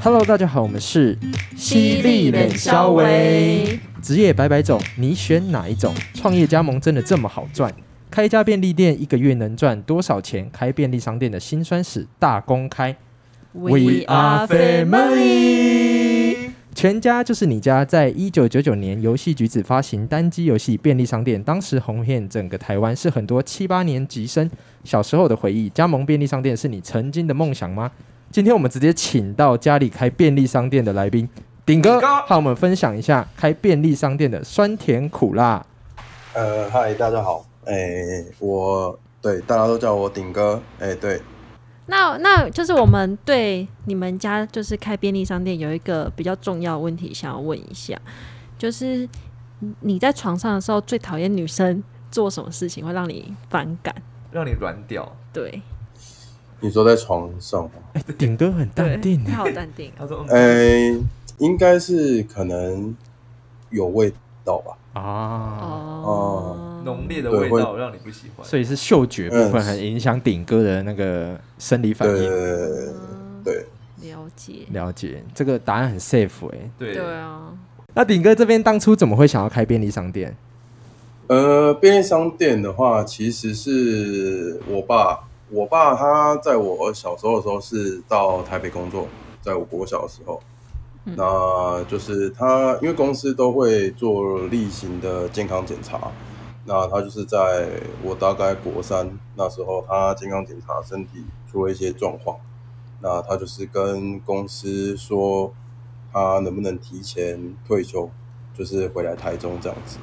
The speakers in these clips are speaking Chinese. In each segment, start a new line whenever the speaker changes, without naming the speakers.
Hello，大家好，我们是
犀利冷
肖
肖微，
职业百百种，你选哪一种？创业加盟真的这么好赚？开一家便利店一个月能赚多少钱？开便利商店的辛酸史大公开。We are family 全家就是你家，在一九九九年游戏橘子发行单机游戏《便利商店》，当时红遍整个台湾，是很多七八年级生小时候的回忆。加盟便利商店是你曾经的梦想吗？今天我们直接请到家里开便利商店的来宾顶哥
顶哥，
和我们分享一下开便利商店的酸甜苦辣。
呃，嗨，大家好，哎、我对大家都叫我顶哥，哎、对，
那那就是我们对你们家就是开便利商店有一个比较重要的问题想要问一下，就是你在床上的时候最讨厌女生做什么事情会让你反感？
让你软掉。
对，
你说在床上吗，
哎，顶哥很淡定
对，，他好淡定。
他说：“嗯
哎、应该是可能有味道吧，
啊，
哦，
浓烈的
对
味
会
道让你不喜欢。
所以是嗅觉部分
嗯
很影响顶哥的那个生理反
对
应。
对，
哦了解。
了解，这个答案很 safe 哎、”
对
对啊，
那顶哥这边当初怎么会想要开便利商店？
呃，便利商店的话，其实是我爸，我爸他在我小时候的时候是到台北工作，在我国小的时候，
嗯
那就是他因为公司都会做例行的健康检查，那他就是在我大概国三那时候，他健康检查身体出了一些状况，那他就是跟公司说他能不能提前退休，就是回来台中这样子。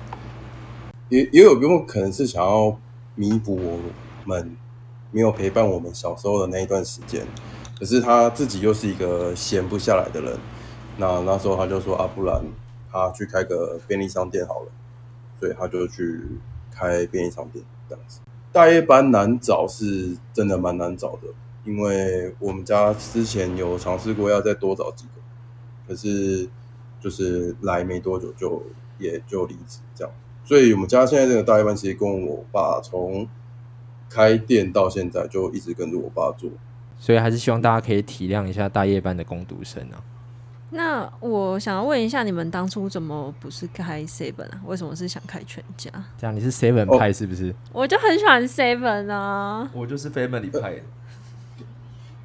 也也有部分可能是想要弥补我们没有陪伴我们小时候的那一段时间，可是他自己又是一个闲不下来的人，那那时候他就说啊，不然他去开个便利商店好了，所以他就去开便利商店这样子。大夜班难找是真的蛮难找的，因为我们家之前有尝试过要再多找几个，可是就是来没多久就也就离职这样。所以我们家现在这个大夜班，其实跟我爸从开店到现在就一直跟着我爸做。
所以还是希望大家可以体谅一下大夜班的工读生啊。
那我想要问一下，你们当初怎么不是开 seven 啊？为什么是想开全家？
这样你是 seven
哦
派是不是？
我就很喜欢 seven 啊。
我就是 family 派，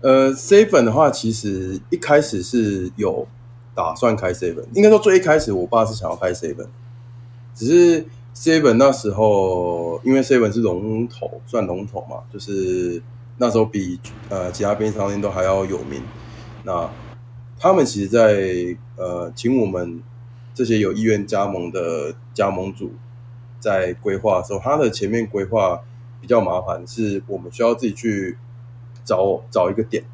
呃，seven 的话，其实一开始是有打算开 seven，应该说最一开始我爸是想要开 seven，只是 seven 那时候因为 seven 是龙头，算龙头嘛，就是那时候比呃其他便利商店都还要有名。那他们其实在，呃请我们这些有意愿加盟的加盟主在规划的时候，他的前面规划比较麻烦，是我们需要自己去找找一个点，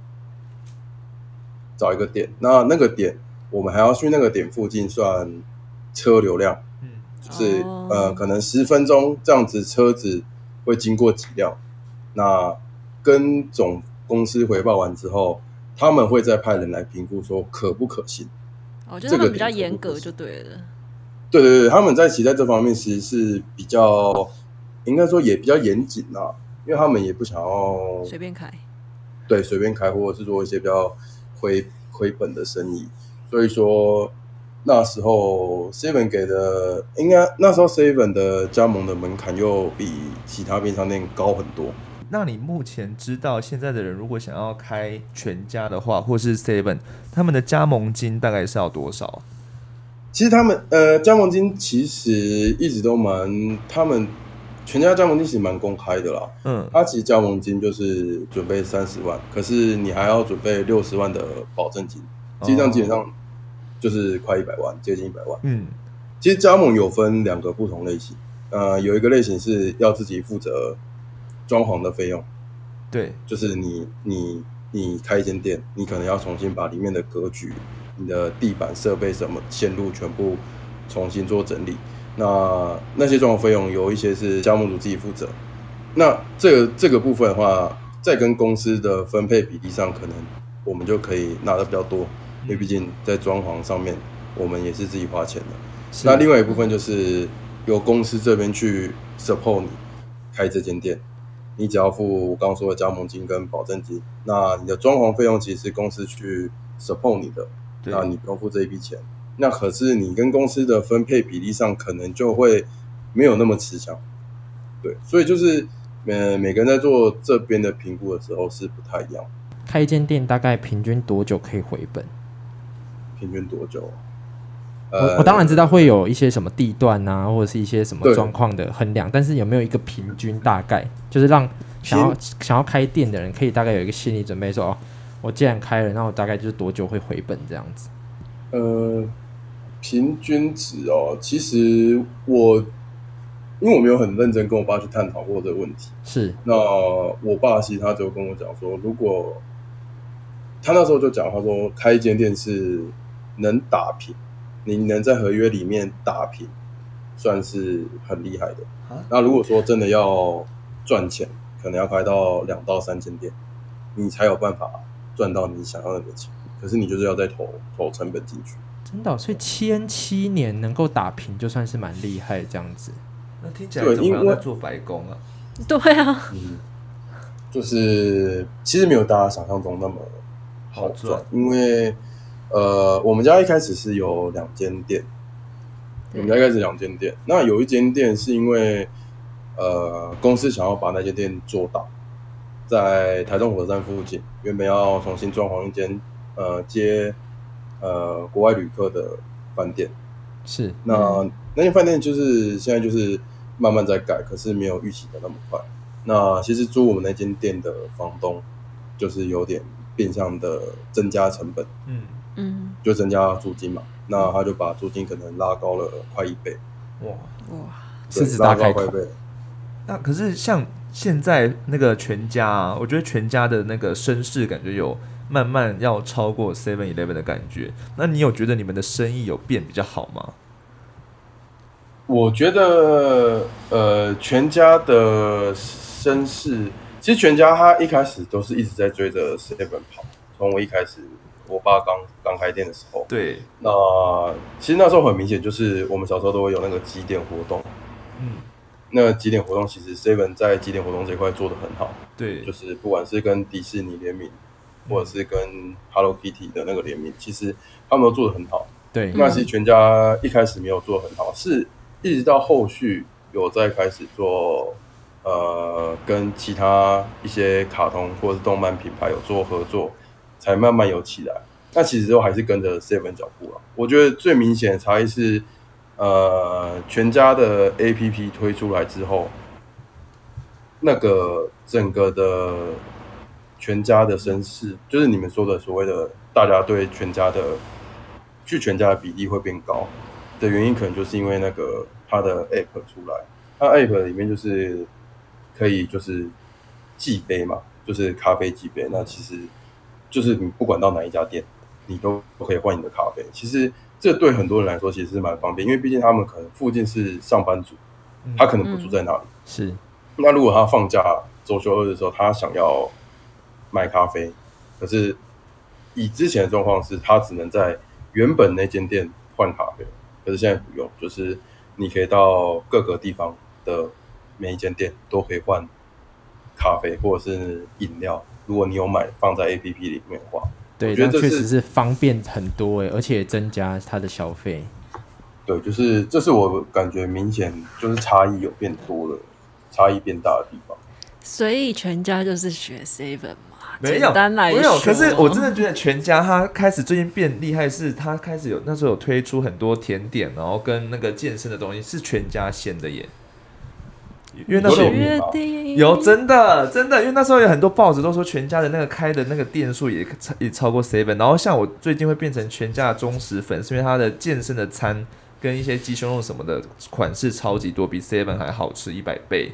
找一个点。那那个点，我们还要去那个点附近算车流量，
嗯，
就是、
哦
呃，可能十分钟这样子车子会经过几辆，那跟总公司回报完之后，他们会再派人来评估说可不可行。
我觉得他
这
们
个
比较
点
严
我不
格
是
就对了。
对对对，他们在其实在这方面其实是比较，应该说也比较严谨啦、因为他们也不想要
随便开。
对随便开，或者是做一些比较亏亏本的生意。所以说那时候 Seven 给的，应该那时候 Seven 的加盟的门槛又比其他便利商店高很多。
那你目前知道现在的人如果想要开全家的话，或是 seven，他们的加盟金大概是要多少？
其实他们呃加盟金其实一直都蛮，他们全家加盟金其实蛮公开的啦。
嗯，
他其实加盟金就是准备三十万，可是你还要准备六十万的保证金，其实这样基本上就是快一百万，接近一百万。
嗯，
其实加盟有分两个不同类型，呃，有一个类型是要自己负责装潢的费用，
对，
就是你你你开一间店，你可能要重新把里面的格局、你的地板设备什么线路全部重新做整理。那那些装潢费用有一些是加盟主自己负责。那这个这个部分的话，在跟公司的分配比例上，可能我们就可以拿的比较多，因为毕竟在装潢上面，我们也是自己花钱的。
是
那另外一部分就是由公司这边去 support 你开这间店，你只要付我刚刚说的加盟金跟保证金，那你的装潢费用其实是公司去 support 你的，
对
那你不用付这一笔钱。那可是你跟公司的分配比例上，可能就会没有那么吃香。对，所以就是呃，每个人在做这边的评估的时候是不太一样，
开一间店大概平均多久可以回本？
平均多久？呃
我我当然知道会有一些什么地段啊，或者是一些什么
对
状况的衡量，但是有没有一个平均大概，就是让想要想要开店的人可以大概有一个心理准备说哦，我既然开了，那我大概就是多久会回本这样子。
呃，平均值哦，其实我因为我没有很认真跟我爸去探讨过这个问题。
是
那我爸其实他就跟我讲说，如果他那时候就讲，他说开一间店是能打平，你能在合约里面打平，算是很厉害的
啊。
那如果说真的要赚钱，可能要开到两到三间店，你才有办法赚到你想要的钱。可是你就是要再投投成本进去。
真的哦、所以千七年能够打平，就算是蛮厉害这样子。
那听起来
对
怎么
因
样
为
在做白工啊？
对啊，
嗯，就是其实没有大家想象中那么好
好
赚
赚，
因为呃，我们家一开始是有两间店，我
对
们家一开始两间店，那有一间店是因为呃公司想要把那间店做大，在台中火车站附近，原本要重新装潢一间呃接呃国外旅客的饭店，
是
那那间饭店就是现在就是慢慢在改，可是没有预期的那么快。那其实租我们那间店的房东，就是有点变相的增加成本，
嗯，
嗯，
就增加租金嘛。那他就把租金可能拉高了快一倍，
哇，
哇，
狮子
对
大
拉
开
高快一
口，
倍。
那可是像现在那个全家啊，我觉得全家的那个声势感觉有慢慢要超过 Seven Eleven 的感觉。那你有觉得你们的生意有变比较好吗？
我觉得呃，全家的身世，其实全家他一开始都是一直在追着 Seven 跑。从我一开始，我爸刚刚开店的时候，
对，
那其实那时候很明显，就是我们小时候都会有那个几点活动。
嗯，
那几点活动其实 Seven 在几点活动这一块做得很好，
对
就，是不管是跟迪士尼联名，或者是跟 Hello Kitty 的那个联名，其实他们都做得很好。
对，
那其实全家一开始没有做得很好，是一直到后续有在开始做，呃，跟其他一些卡通或者是动漫品牌有做合作，才慢慢有起来。那其实都还是跟着 Seven 脚步了。啊我觉得最明显的差异是，呃，全家的 APP 推出来之后，那个整个的全家的身世，就是你们说的所谓的大家对全家的去全家的比例会变高的原因，可能就是因为那个它的 app 出来，它 app 里面就是可以就是寄杯嘛，就是咖啡寄杯，那其实就是你不管到哪一家店，你都可以换你的咖啡。其实这对很多人来说其实是蛮方便，因为毕竟他们可能附近是上班族，他可能不住在那里。
是
那如果他放假周休二日的时候，他想要买咖啡，可是以之前的状况是，他只能在原本那间店换咖啡，可是现在不用，就是你可以到各个地方的每一间店都可以换咖啡或者是饮料。如果你有买放在 APP 里面的话，
对，
我觉
那
得这
确
是
实是方便很多欸诶，而且也增加它的消费。
对，就是这是我感觉明显就是差异有变多了，差异变大的地方。
所以全家就是学 seven 嘛，
没有
简单来说，
没有，可是我真的觉得全家它开始最近变厉害，是它开始有那时候有推出很多甜点，然后跟那个健身的东西是全家先的耶。因为那时候
有点
确定
有真的真的，因为那时候有很多报纸都说全家的那个开的那个店数也超也超过 seven，然后像我最近会变成全家的忠实粉，是因为它的健身的餐跟一些鸡胸肉什么的款式超级多，比 seven 还好吃一百倍。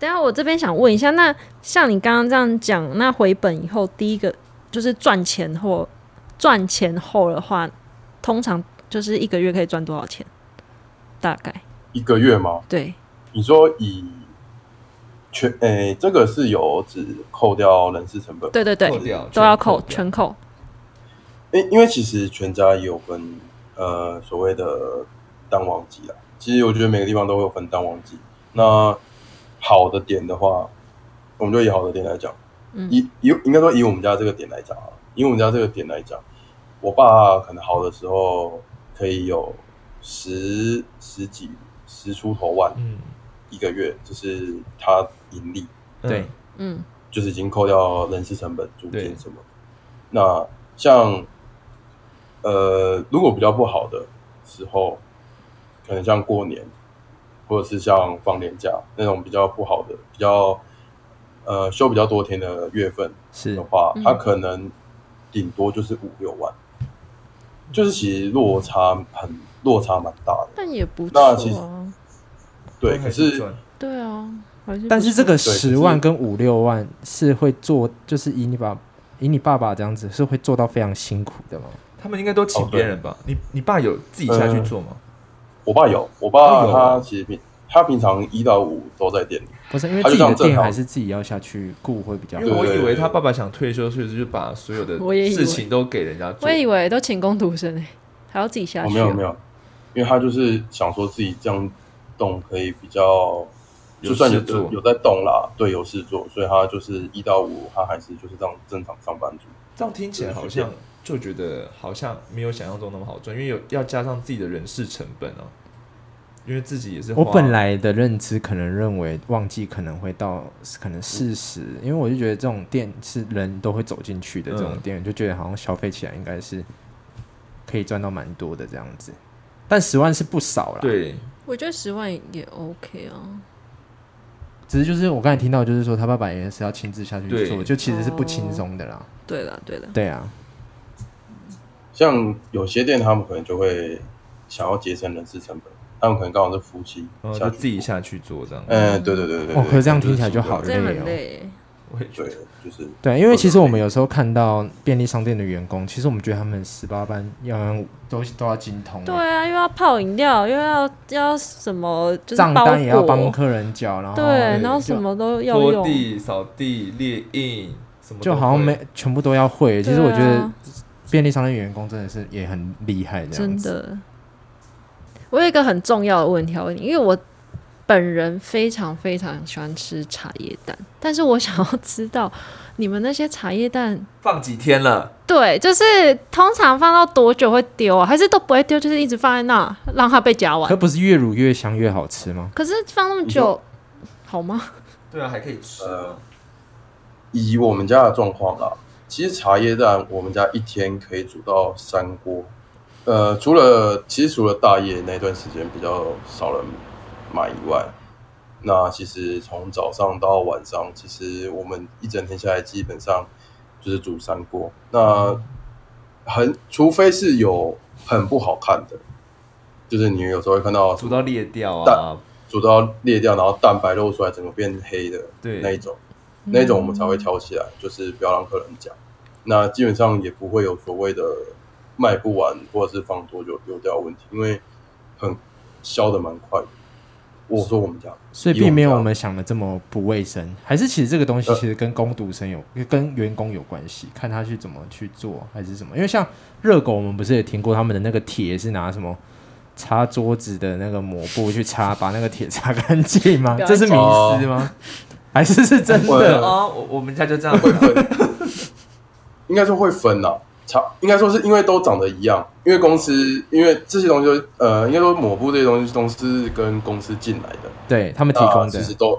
等一下我这边想问一下，那像你刚刚这样讲，那回本以后，第一个就是赚钱后，赚钱后的话，通常就是一个月可以赚多少钱？大概
一个月吗？
对，
你说以全诶、这个是有只扣掉人事成本吗，
对对对
扣，掉
都要扣，
掉
全扣。
因因为其实全家也有分呃所谓的淡旺季啦。其实我觉得每个地方都会有分淡旺季。那好的点的话，我们就以好的点来讲，
嗯
以以应该说以我们家这个点来讲啊，以我们家这个点来讲，我爸可能好的时候可以有十十几十出头万
嗯，
一个月，就是他盈利，
对，
嗯
就是已经扣掉人事成本、租
对
金什么的。那像呃，如果比较不好的时候，可能像过年，或者是像放年假那种比较不好的、比较呃休比较多天的月份
是
的话
嗯，
它可能顶多就是五六万，就是其实落差很落差蛮大的。
但也不
那其
错
实
啊，
对，
都
可
还
是
赚
对啊，还是不
但是这
错
个
对可
十
是
万跟五六万是会做，就是以你爸以你爸爸这样子是会做到非常辛苦的吗？
他们应该都请
哦对
别人吧？你你爸有自己下去
嗯
做吗？
我爸有，我
他
爸
有啊
他其实平他平常一到五都在店里，
不是因为
他
自
就
己
这样
的店
正好
还是自己要下去雇会比较
因为
好。
我以
对
为他爸爸想退休，所以就把所有的
我也以为
事情都给人家
我。
做
也以为都请工读生哎、还要自己下
哦，
去、
没
啊
有没，有，因为他就是想说自己这样动可以比较，
有
就算有
事做
有在动啦，对，有事做，所以他就是一到五，他还是就是这样正常上班族。
这样听起来好
随
像就觉得好像没有想象中那么好赚，因为有要加上自己的人事成本啊，因为自己也是
我
花
本来的认知可能认为旺季可能会到可能四十，因为我就觉得这种店是人都会走进去的这种
嗯
店，就觉得好像消费起来应该是可以赚到蛮多的这样子。但十万是不少啦，，
对
我觉得十万也 OK 啊，
只是就是我刚才听到，就是说他爸爸也是要亲自下去
对哦
做，就其实是不轻松的啦。
对了对了，
对啊，
像有些店他们可能就会想要节省人事成本，他们可能刚好是夫妻，
然后
下
哦就
去
自己下去做这样。
嗯，对对对对对
哦可是这样
就
听起来就
请个
好
这
累
样
哦
很累欸、
我也觉
对
得，，
就是
对，啊因为其实我们有时候看到便利商店的员工，其实我们觉得他们十八般样样都都要精通欸，
对啊，又要泡饮料，又要又要什么，就是
账
包
单也要
裹
帮客哦人缴，然后
对，
对
然后
就
什么都要
拖
用，
地、扫地、列印什么都会，
就好像没全部都要会。其实我
对
觉
啊
得便利商店员工真的是也很厉害，这样
真
子。
的。我有一个很重要的问题要问你，因为我本人非常非常喜欢吃茶叶蛋，但是我想要知道你们那些茶叶蛋，
放几天了，
对，就是通常放到多久会丢啊？还是都不会丢，就是一直放在那让它被夹完
可？不是越卤越香越好吃吗？
可是放那么
你
久，好吗？
对啊，还可以吃。
呃以我们家的状况啦，其实茶叶蛋我们家一天可以煮到三锅。呃，除了其实除了大叶那段时间比较少人买以外，那其实从早上到晚上，其实我们一整天下来基本上就是煮三锅。那很，除非是有很不好看的，就是你有时候会看到
煮到裂掉啊
但，煮到裂掉，然后蛋白露出来，整个变黑的
对
那一种，那一种我们才会挑起来，就是不要让客人讲。那基本上也不会有所谓的卖不完或者是放多久丢掉的问题，因为很消的蛮快的。我说我们家
所以
以我
并
们
没有
家
我们想的这么不卫生，还是其实这个东西其实跟工读生有、跟员工有关系，看他去怎么去做还是什么。因为像热狗，我们不是也听过他们的那个铁是拿什么擦桌子的那个抹布去擦，把那个铁擦干净吗
不？要
这是迷
讲
思吗？还是是真
我
的？
啊，我我们家就这样，啊
会分，应该说会分啦、差应该说是因为都长得一样，因为公司因为这些东西都呃，应该说抹布这些东西都是跟公司进来的，
对他们提
啊，
供
其实
的，
都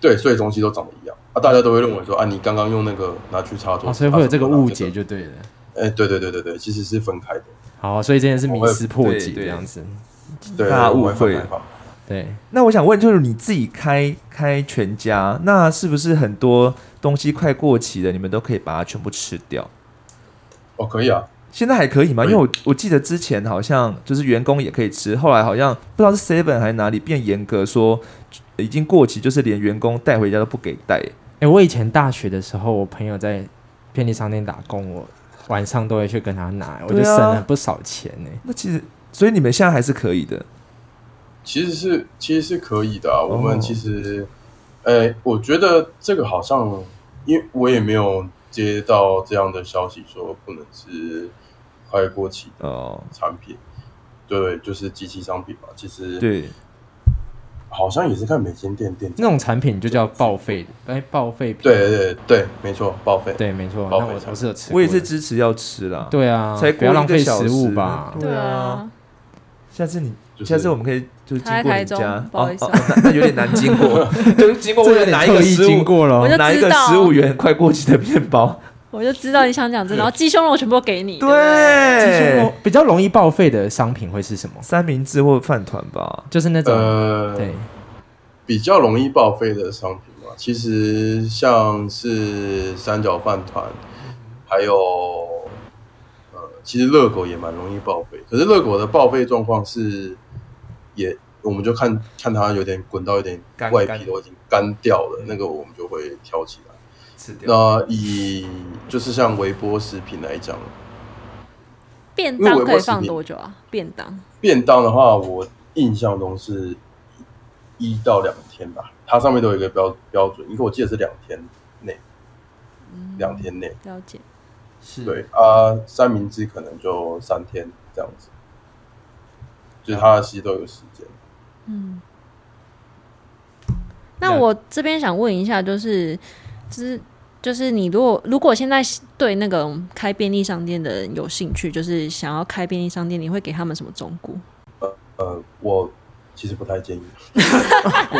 对，所以东西都长得一样啊，大家都会认为说啊，你刚刚用那个拿去擦桌子、
哦，所以会有这个
啊
误解。就对了。
哎、对对对对对，其实是分开的，
好，所以这件事迷思破解
对对
这样子。
对，
大家
我们
误会
分开放
对，
那我想问，就是你自己开开全家，那是不是很多东西快过期了，你们都可以把它全部吃掉？
哦，可以啊，
现在还可以吗？因
可以
为我我记得之前好像就是员工也可以吃，后来好像不知道是 Seven 还是哪里变严格说已经过期，就是连员工带回家都不给带。
哎、我以前大学的时候，我朋友在便利商店打工，我晚上都会去跟他拿，我就
对啊
省了不少钱呢、
那其实，所以你们现在还是可以的。
其实是其实是可以的啊、我们其实，呃、我觉得这个好像，因为我也没有接到这样的消息说不能吃快过期的
哦，
产品，对，就是机器商品嘛，其实
对，
好像也是看每间店店长。
那种产品就叫报废，哎，报废品。
对对对，没错，报废。
对，没错。那
报废
我
产
我是有吃过
我
的，
也是支持要吃啦。，
对啊，
才
不要
过
浪
一个
费
小
食物
时
吧。
对啊，下次你
就是
下次我们可以就是经
他在
过你
台中
家，
不好意思
哦哦 那那有点难经 过，就是经过
这
为
有
了
点
拿一
刻
个
意
十
经
五，
过
我
了，
就
拿一
知
个
道
十五元快过期的面包，
我就知道你想讲这，然后鸡胸肉全部都给你。
啊
不
对，
比较容易报废的商品会是什么？
三明治或饭团 吧，
就是那种
呃，
对，
比较容易报废的商品嘛，其实像是三角饭团，还有呃，其实热狗也蛮容易报废。可是热狗的报废状况是也，我们就看看它有点滚到有点
干
外
干
皮都已经干掉了，那个我们就会挑起来。
吃掉。
那以就是像微波食品来讲，
便
因为
当
微波
可以
食
放
品
多久啊？便当
便当的话，我印象中是一到两天吧，它上面都有一个标标准，因为我记得是两天内，两天内。
了解。
是
对啊，三明治可能就三天这样子，就是它其实都有时间。
嗯，那我这边想问一下，就是，就是，就是你如果如果现在对那个开便利商店的人有兴趣，就是想要开便利商店，你会给他们什么忠告？
呃，我其实不太建议。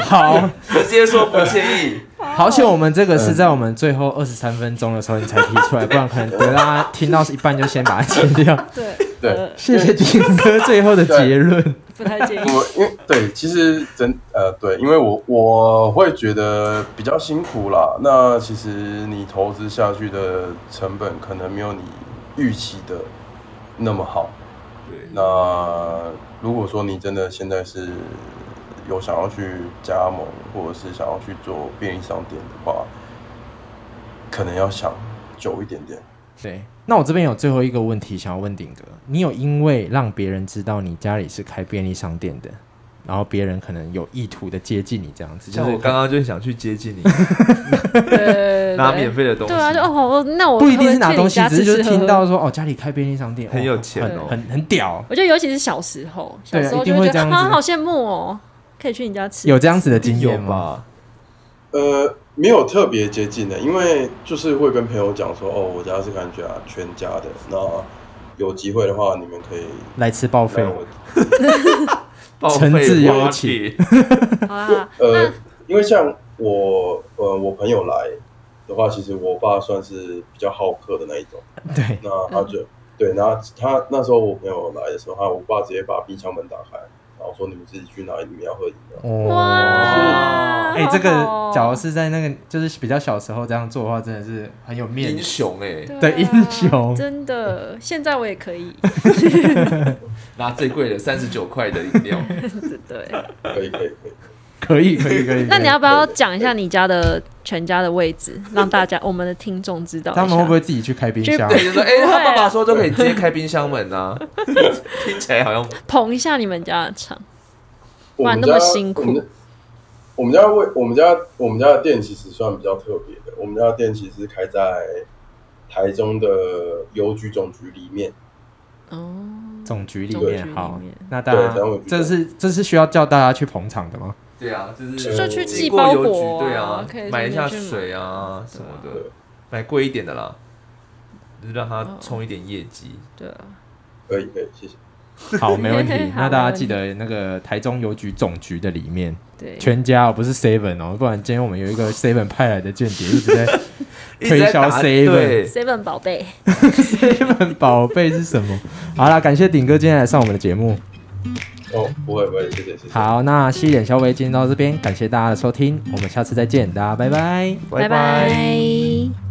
好
直接说不 建议，
好险，我们这个是在我们最后二十三分钟的时候你才提出来，不然可能等大家听到一半就先把它切掉。
对，
对，
谢谢丁哥最后的结论，
呃不太建议。
我因为对，其实真呃对，因为我我会觉得比较辛苦啦。那其实你投资下去的成本可能没有你预期的那么好。
对，
那如果说你真的现在是有想要去加盟，或者是想要去做便利商店的话，可能要想久一点点。
对，那我这边有最后一个问题想要问鼎哥，你有因为让别人知道你家里是开便利商店的，然后别人可能有意图的接近你这样子，就
像我
是
刚刚就想去接近你，
对
拿免费的东西，
对啊，就哦，我那我
不一定是拿
会会去
东
你
西
家，
只是就
吃
是
吃
听
喝
到
喝。
说哦，家里开便利商店
很有
哦
钱哦
很很很屌，
我觉得尤其是小时候，小
对啊
时候
一定
就
会
觉
这
得
样子
啊，好羡慕哦，可以去你家吃。
有这样子的
一定
经
有
验吗？
吧？
呃，没有特别接近的，因为就是会跟朋友讲说，哦，我家是感觉啊全家的，那有机会的话，你们可以
来吃报废
来，我
报废
诚挚邀
话
请
题，
好啦，好啦
呃，因为像我呃我朋友来的话，其实我爸算是比较好客的那一种。
对，
那他就、对，然后他那时候我朋友来的时候，他我爸直接把冰箱门打开，然后说你们自己去拿你们要喝饮 料。
哇。哦
哇，
哎、这个
好好哦
假如是在那个就是比较小时候这样做的话，真的是很有面
英
子。
雄哎，
的
对啊
英雄
真的，现在我也可以，
拿最贵的三十九块的饮料，
对。
可以可以可以，
可以，可以，可以。
那你要不要讲一下你家的全家的位置，让大家我们的听众知道一下？
他们会不会自己去开冰箱？
对，就说哎，
不会啊
他爸爸说就可以直接开冰箱门啊，听起来好像
捧一下你们家的场？
我
哇
们
那
家
么辛苦
我们家我们家为我们家我们家的店其实算比较特别的，我们家的店其实开在台中的邮局总局里面。
哦，
总局里
总局
面
里
好
面，
那大家
对台湾
这是这是需要叫大家去捧场的 吗？
对啊，就是
就去寄
经
包
过邮
裹
局，对
啊
啊
可以，
买一下
顺便去买
水啊什么的，买贵一点的啦，就是让他冲一点业绩。
对啊，
可以可以，谢谢。
好，没 问题。那
好
大
没
家
问
记得那个台中邮局总局的里面，
对，
全家哦，不是 Seven 哦，不然今天我们有一 个 Seven 派来的间谍一直在
一直在
推销
打
seven
对
Seven 宝贝，
Seven 宝贝是什么？好啦，感谢顶哥今天来上我们的节目。
哦，不会不会，谢谢谢谢。
好，那西点消费今天到这边，感谢大家的收听，我们下次再见，大家拜拜。
拜拜。